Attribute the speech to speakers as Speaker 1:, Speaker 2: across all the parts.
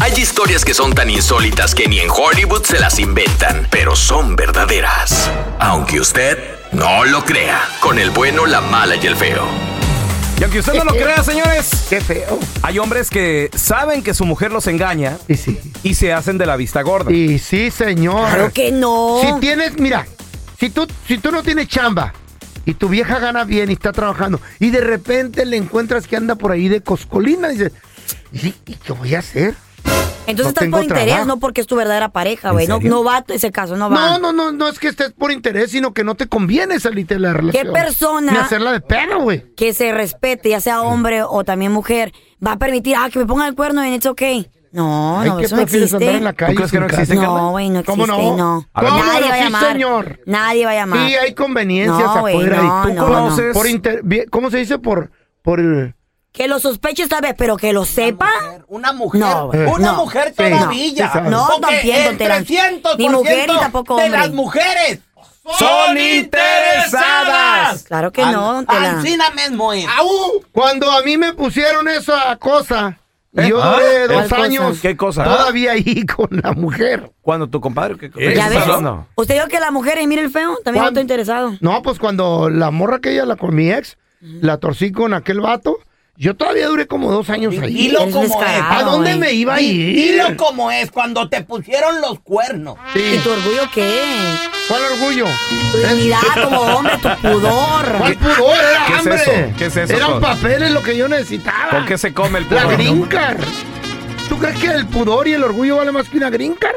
Speaker 1: Hay historias que son tan insólitas que ni en Hollywood se las inventan, pero son verdaderas. Aunque usted no lo crea, con el bueno, la mala y el feo.
Speaker 2: Y aunque usted no lo crea, señores,
Speaker 3: Qué feo.
Speaker 2: hay hombres que saben que su mujer los engaña
Speaker 3: Y sí.
Speaker 2: y se hacen de la vista gorda.
Speaker 3: Y sí, señor.
Speaker 4: Claro que no.
Speaker 3: Si tienes, mira, si tú, si tú no tienes chamba y tu vieja gana bien y está trabajando y de repente le encuentras que anda por ahí de coscolina, dices, ¿y, y qué voy a hacer? no
Speaker 4: Entonces estás
Speaker 3: tengo
Speaker 4: por interés,
Speaker 3: trabajo.
Speaker 4: no porque es tu verdadera pareja, güey.
Speaker 2: ¿En
Speaker 4: No,
Speaker 2: serio?
Speaker 4: no va ese caso, no va.
Speaker 3: No, no, no, no es que estés por interés, sino que no te conviene salirte de la relación.
Speaker 4: persona-
Speaker 3: Ni hacerla de pena, güey.
Speaker 4: Que se respete, ya sea hombre o también mujer, va a permitir, ah, que me pongan el cuerno en it's okay. No,
Speaker 3: Ay,
Speaker 4: no,
Speaker 3: ¿qué
Speaker 4: eso no
Speaker 3: prefieres,
Speaker 4: existe.
Speaker 3: andar en la calle
Speaker 2: crees que
Speaker 3: sin
Speaker 2: no
Speaker 3: casa?
Speaker 2: existe?
Speaker 4: No, güey, no existe,
Speaker 3: ¿Cómo
Speaker 4: no.
Speaker 3: no? ¿Cómo
Speaker 4: Nadie
Speaker 3: no?
Speaker 4: va a
Speaker 3: Sí,
Speaker 4: llamar.
Speaker 3: señor.
Speaker 4: Nadie va a llamar.
Speaker 3: Sí, hay conveniencias
Speaker 4: No, güey,
Speaker 3: afuera. y
Speaker 4: no,
Speaker 3: tú
Speaker 4: no,
Speaker 2: conoces- no.
Speaker 3: por inter- vie- ¿Cómo se dice? Por, por eh,
Speaker 4: Que lo sospeche tal vez, pero que lo sepa.
Speaker 5: Una mujer.
Speaker 4: No, güey.
Speaker 5: una
Speaker 4: No.
Speaker 5: mujer
Speaker 3: Sí, no.
Speaker 5: todavía.
Speaker 3: Sí sabes.
Speaker 4: No,
Speaker 5: Porque
Speaker 4: también, don
Speaker 5: el
Speaker 4: Tela.
Speaker 5: 300%
Speaker 4: Ni mujer ni tampoco
Speaker 5: de
Speaker 4: hombre.
Speaker 5: las mujeres
Speaker 2: Son interesadas.
Speaker 4: Claro que no, don Tela.
Speaker 5: Ancina mismo es.
Speaker 3: Cuando a mí me pusieron esa cosa,
Speaker 2: ¿Eh?
Speaker 3: yo
Speaker 2: ¿Ah?
Speaker 3: de
Speaker 4: ¿Cuál
Speaker 3: dos
Speaker 4: cosa?
Speaker 3: años
Speaker 2: ¿Qué cosa? ¿Ah?
Speaker 3: todavía ahí con la mujer.
Speaker 2: Cuando tu compadre... ¿qué- qué-
Speaker 4: ¿Ya
Speaker 2: qué
Speaker 4: ves?
Speaker 2: pasó? No.
Speaker 4: Usted dijo que las mujeres, mire el feo, también no
Speaker 3: ¿Cuán-
Speaker 4: está interesado.
Speaker 3: No, pues cuando la morra que ella la con mi ex, la torcí con aquel vato, yo todavía duré como dos años ahí.
Speaker 5: Dilo
Speaker 4: Eres
Speaker 5: como es.
Speaker 4: descarado,
Speaker 3: ¿A dónde
Speaker 4: güey.
Speaker 3: me iba a ir?
Speaker 5: Dilo como es, cuando te pusieron los cuernos.
Speaker 4: ¿Y
Speaker 3: Sí.
Speaker 4: tu orgullo qué?
Speaker 3: ¿Cuál orgullo?
Speaker 4: Tu dignidad como hombre, tu
Speaker 3: ¿Cuál
Speaker 4: pudor.
Speaker 3: pudor? Era
Speaker 2: qué es
Speaker 3: hambre.
Speaker 2: eso? ¿Qué es eso,
Speaker 3: Eran
Speaker 2: Cos?
Speaker 3: papeles lo que yo necesitaba.
Speaker 2: ¿Con qué se come el
Speaker 3: La
Speaker 2: pudor?
Speaker 3: green card. ¿Tú crees que el pudor y el orgullo vale más que una green card?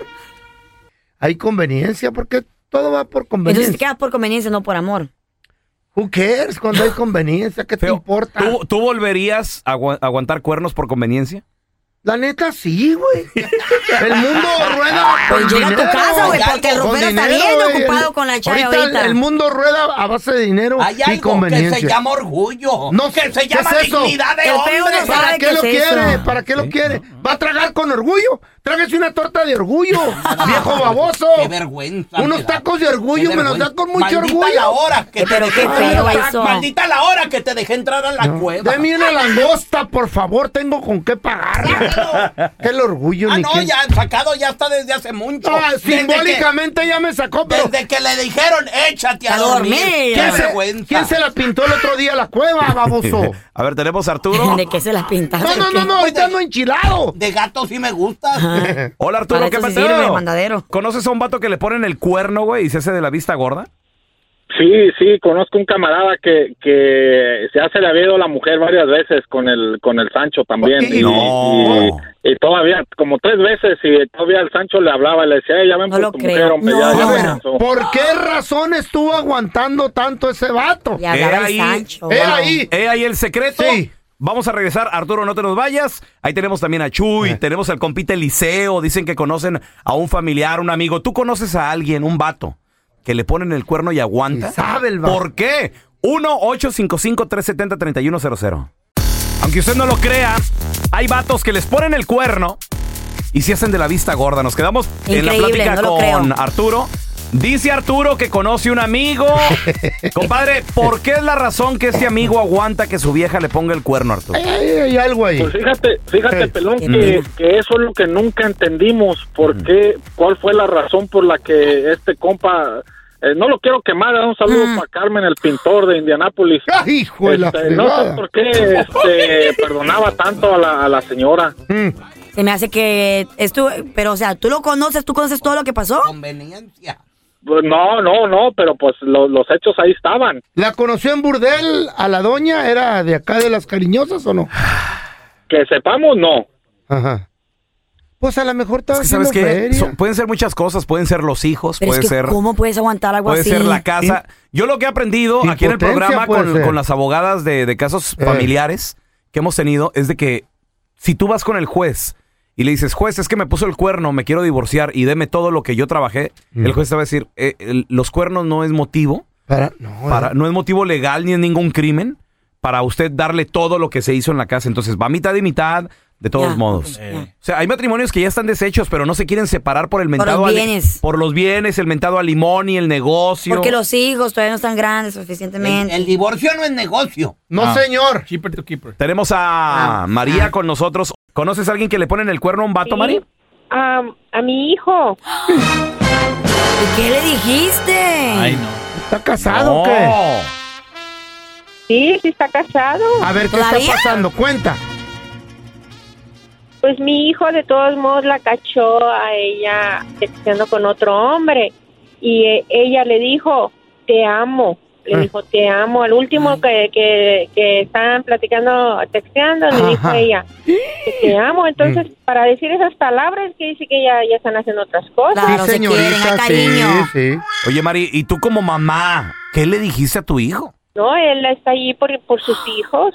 Speaker 3: Hay conveniencia, porque todo va por
Speaker 4: Entonces te
Speaker 3: conveniencia.
Speaker 4: quedas por conveniencia, no por amor.
Speaker 3: Who cares cuando hay conveniencia? ¿Qué te
Speaker 2: Feo,
Speaker 3: importa?
Speaker 2: ¿tú, tú volverías a agua- aguantar cuernos por conveniencia?
Speaker 3: La neta, sí, güey. El mundo rueda.
Speaker 4: Pues llega a tu casa, güey, porque el
Speaker 3: Ah, Con
Speaker 4: ropero está
Speaker 3: dinero,
Speaker 4: bien
Speaker 3: güey.
Speaker 4: ocupado con la chaya
Speaker 3: ahorita.
Speaker 4: ahorita.
Speaker 3: El mundo rueda a base de dinero
Speaker 5: Hay
Speaker 3: y
Speaker 5: algo que
Speaker 3: conveniencia.
Speaker 5: se llama orgullo.
Speaker 3: No,
Speaker 5: que se
Speaker 3: ¿qué
Speaker 5: llama
Speaker 3: es eso?
Speaker 5: dignidad de
Speaker 4: El feo
Speaker 5: hombre.
Speaker 4: no sabe.
Speaker 3: ¿Para
Speaker 4: ¿Qué
Speaker 3: qué
Speaker 4: es
Speaker 3: lo quiere?
Speaker 4: eso?
Speaker 3: ¿Para qué lo quiere? ¿Va a tragar con orgullo? Trágase una torta de orgullo, viejo baboso.
Speaker 5: Qué vergüenza. me
Speaker 3: Unos
Speaker 5: da.
Speaker 3: tacos de orgullo
Speaker 5: Qué
Speaker 3: me los
Speaker 5: vergüenza.
Speaker 3: da con mucho
Speaker 5: Maldita
Speaker 3: orgullo.
Speaker 5: la hora que te
Speaker 4: Eh, Pero
Speaker 5: dejé
Speaker 4: qué
Speaker 5: entrar
Speaker 4: feo
Speaker 5: a la-
Speaker 4: eso.
Speaker 5: Maldita la hora que te dejé entrar a la cueva.
Speaker 3: Deme una langosta, por favor, tengo con qué pagarla. Que el orgullo
Speaker 5: Ah,
Speaker 3: ni
Speaker 5: no,
Speaker 3: qué-
Speaker 5: ya sacado ya está desde hace mucho.
Speaker 3: Ah,
Speaker 5: Desde que-
Speaker 3: simbólicamente ya me sacó, pero
Speaker 5: Desde que le dijeron, échate a
Speaker 4: A
Speaker 5: dormir.
Speaker 4: dormir.
Speaker 5: Qué
Speaker 3: ¿quién se,
Speaker 5: vergüenza.
Speaker 3: quién se la pintó el otro día la cueva, baboso?
Speaker 2: A ver, tenemos a Arturo.
Speaker 4: ¿De qué se las pintaste?
Speaker 3: No, no, no, no, ahorita ando enchilado.
Speaker 5: De gato sí me gusta.
Speaker 4: Ajá.
Speaker 2: Hola Arturo,
Speaker 4: Para
Speaker 2: ¿qué
Speaker 4: eso sí
Speaker 2: pasó?
Speaker 4: sirve, mandadero.
Speaker 2: ¿Conoces a un vato que le ponen el cuerno, güey, y se hace de la vista gorda?
Speaker 6: Sí, sí, conozco un camarada que, que se hace la vida a la mujer varias veces con el con el Sancho también.
Speaker 3: Oye,
Speaker 6: y,
Speaker 2: no.
Speaker 6: y- y todavía, como tres veces, y todavía el Sancho le hablaba, le decía, "Ey, ya ven
Speaker 4: No
Speaker 6: por
Speaker 4: lo
Speaker 6: tu
Speaker 4: creo.
Speaker 6: mujer, hombre,
Speaker 4: No.
Speaker 6: ya, ya
Speaker 4: A
Speaker 6: me
Speaker 4: ver,
Speaker 6: cansó".
Speaker 3: ¿Por qué razón estuvo aguantando tanto ese vato?
Speaker 4: Y hablaba el
Speaker 2: ahí-
Speaker 4: Sancho.
Speaker 3: He
Speaker 4: wow.
Speaker 3: ahí.
Speaker 2: ¿Eh ahí el secreto?
Speaker 3: Sí.
Speaker 2: Vamos a regresar. Arturo, no te nos vayas. Ahí tenemos también a Chuy,
Speaker 3: Eh.
Speaker 2: tenemos al compite Eliseo. Dicen que conocen a un familiar, un amigo. ¿Tú conoces a alguien, un vato, que le ponen el cuerno y aguanta?
Speaker 3: Y sabe el vato.
Speaker 2: ¿Por qué? 1-855-370-3100. Aunque usted no lo crea, hay vatos que les ponen el cuerno y se hacen de la vista gorda. Nos quedamos en la
Speaker 4: Increíble,
Speaker 2: plática
Speaker 4: no lo
Speaker 2: con
Speaker 4: creo.
Speaker 2: Arturo. Dice Arturo que conoce un amigo. Compadre, ¿por qué es la razón que este amigo aguanta que su vieja le ponga el cuerno, Arturo?
Speaker 3: Ay, ay, ay, algo ahí.
Speaker 6: Pues fíjate, fíjate,
Speaker 3: Sí.
Speaker 6: Pelón,
Speaker 4: Qué
Speaker 6: que,
Speaker 4: pena.
Speaker 6: que eso es lo que nunca entendimos,
Speaker 3: Mm.
Speaker 6: por qué, cuál fue la razón por la que este compa, eh, no lo quiero quemar, un saludo
Speaker 4: Mm.
Speaker 6: para Carmen, el pintor de Indianápolis.
Speaker 3: Ay, ¡Ah, hijo de la
Speaker 6: Este, no sé
Speaker 3: fregada.
Speaker 6: por qué este, perdonaba tanto a la, a la señora.
Speaker 3: Mm.
Speaker 4: Se me hace que es tu- pero o sea, tú lo conoces, tú conoces todo lo que pasó.
Speaker 5: Conveniencia.
Speaker 6: Pues, No, no, no, pero pues lo- los hechos ahí estaban.
Speaker 3: ¿La conoció en Burdel a la doña? ¿Era de acá de las cariñosas o no?
Speaker 6: Que sepamos, no.
Speaker 3: Ajá. Pues a lo mejor estaba
Speaker 2: Es que, ¿sabes
Speaker 3: haciendo
Speaker 2: qué?
Speaker 3: feria.
Speaker 2: So- pues, pueden ser muchas cosas, pueden ser los hijos,
Speaker 4: Pero
Speaker 2: puede
Speaker 4: es que
Speaker 2: ser...
Speaker 4: ¿cómo puedes aguantar algo
Speaker 2: Puede
Speaker 4: así?
Speaker 2: ser la casa. Yo lo que he aprendido aquí en el
Speaker 3: Impotencia
Speaker 2: programa
Speaker 3: puede
Speaker 2: con,
Speaker 3: ser.
Speaker 2: con las abogadas de, de casos
Speaker 3: Eh.
Speaker 2: familiares que hemos tenido es de que si tú vas con el juez y le dices, juez, es que me puso el cuerno, me quiero divorciar y deme todo lo que yo trabajé,
Speaker 3: Mm.
Speaker 2: el juez te va a decir, "Eh, el- los cuernos no es motivo,
Speaker 3: Para, no,
Speaker 2: para, no es motivo legal ni es ningún crimen para usted darle todo lo que se hizo en la casa. Entonces va mitad y mitad, de todos
Speaker 4: Ya,
Speaker 2: modos.
Speaker 4: ok, ya.
Speaker 2: O sea, hay matrimonios que ya están deshechos, pero no se quieren separar por el mentado
Speaker 4: los
Speaker 2: ali-
Speaker 4: bienes.
Speaker 2: por los bienes, el mentado alimón y el negocio.
Speaker 4: Porque los hijos todavía no están grandes
Speaker 5: El,
Speaker 4: suficientemente.
Speaker 5: el
Speaker 2: Ah.
Speaker 5: divorcio no es negocio.
Speaker 3: no señor.
Speaker 4: Ah.
Speaker 2: Tenemos a María con nosotros. ¿Conoces a alguien que le ponen el cuerno a un vato, Mari?
Speaker 7: A, a mi hijo.
Speaker 4: ¿Y qué le dijiste?
Speaker 8: Ay, no.
Speaker 3: ¿Está casado o
Speaker 2: No.
Speaker 3: qué?
Speaker 7: Sí, sí está casado.
Speaker 3: A ver, ¿qué
Speaker 4: ¿Todavía?
Speaker 3: está pasando? Cuenta.
Speaker 7: Pues mi hijo de todos modos la cachó a ella texteando con otro hombre y eh, ella le dijo, te amo. Le
Speaker 3: Ah.
Speaker 7: dijo, te amo. Al último que, que, que estaban platicando, texteando, le dijo
Speaker 3: Ajá. Mm.
Speaker 7: ella, que te amo. Entonces, para decir esas palabras, que dice que ya, ya están haciendo otras cosas.
Speaker 4: Claro, se quieren, hay cariño.
Speaker 3: sí, sí.
Speaker 2: Oye, Mari, ¿y tú como mamá, qué le dijiste a tu hijo?
Speaker 7: No, él está allí por, por sus hijos.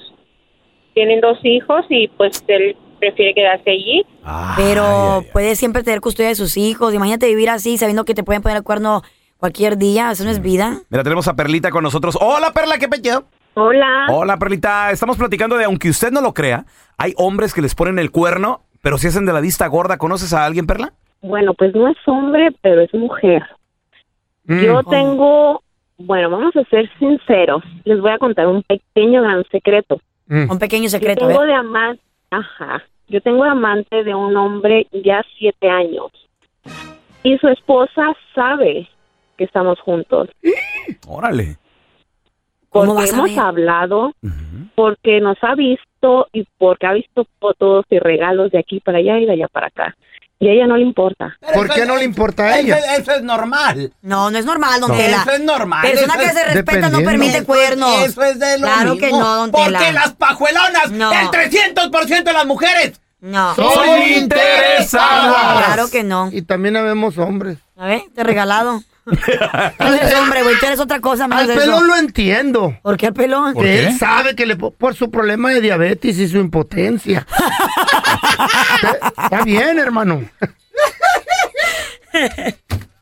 Speaker 7: Tienen dos hijos y pues él prefiere quedarse allí.
Speaker 4: Pero
Speaker 2: Ay, ay, ay.
Speaker 4: puedes siempre tener custodia de sus hijos. Imagínate vivir así sabiendo que te pueden poner el cuerno cualquier día. Eso no
Speaker 5: Mm.
Speaker 4: es vida.
Speaker 2: Mira, tenemos a Perlita con nosotros. Hola, Perla, qué pecho.
Speaker 7: Hola.
Speaker 4: Oh.
Speaker 2: Hola, Perlita. Estamos platicando de, aunque usted no lo crea, hay hombres que les ponen el cuerno, pero si hacen de la vista gorda. ¿Conoces a alguien, Perla?
Speaker 7: Bueno, pues no es hombre, pero es mujer.
Speaker 4: Mm,
Speaker 7: Yo tengo, bueno, vamos a ser sinceros. Les voy a contar un pequeño gran secreto.
Speaker 5: Mm.
Speaker 4: Un pequeño
Speaker 7: Yo
Speaker 4: secreto. a ver.
Speaker 7: tengo de amante, ajá, yo tengo de amante de un hombre ya siete años y su esposa sabe que estamos juntos.
Speaker 2: Órale.
Speaker 4: ¿Cómo
Speaker 7: Porque
Speaker 4: vas a
Speaker 7: hemos
Speaker 4: ver?
Speaker 7: hablado, porque nos ha visto y porque ha visto fotos y regalos de aquí para allá y de allá para acá. Y a ella no le importa.
Speaker 5: Pero
Speaker 3: ¿Por
Speaker 5: eso
Speaker 3: qué
Speaker 5: es-
Speaker 3: no le importa a ella?
Speaker 5: Eso, es- eso es normal.
Speaker 4: No, no es normal, don
Speaker 5: No.
Speaker 4: Tela.
Speaker 5: Eso es normal,
Speaker 4: Persona
Speaker 5: eso
Speaker 4: que
Speaker 5: es
Speaker 4: se respeta no
Speaker 3: dependiendo.
Speaker 4: permite
Speaker 5: Eso-
Speaker 4: cuernos.
Speaker 5: Eso es de lo
Speaker 4: Claro
Speaker 5: mismo.
Speaker 4: que no, don Tela.
Speaker 5: Porque las pajuelonas,
Speaker 4: No.
Speaker 5: el 300% de las mujeres.
Speaker 4: No.
Speaker 3: Son interesadas.
Speaker 4: Claro que no.
Speaker 3: Y también habemos hombres.
Speaker 4: A ver, te he regalado. Tú eres hombre, güey. Tú eres otra cosa más
Speaker 3: Al
Speaker 4: de eso.
Speaker 3: pelón lo entiendo.
Speaker 4: ¿Por qué al pelón?
Speaker 8: ¿Por
Speaker 3: que
Speaker 8: qué?
Speaker 3: él sabe que le po- por su problema de diabetes y su impotencia. Está- Está bien, hermano.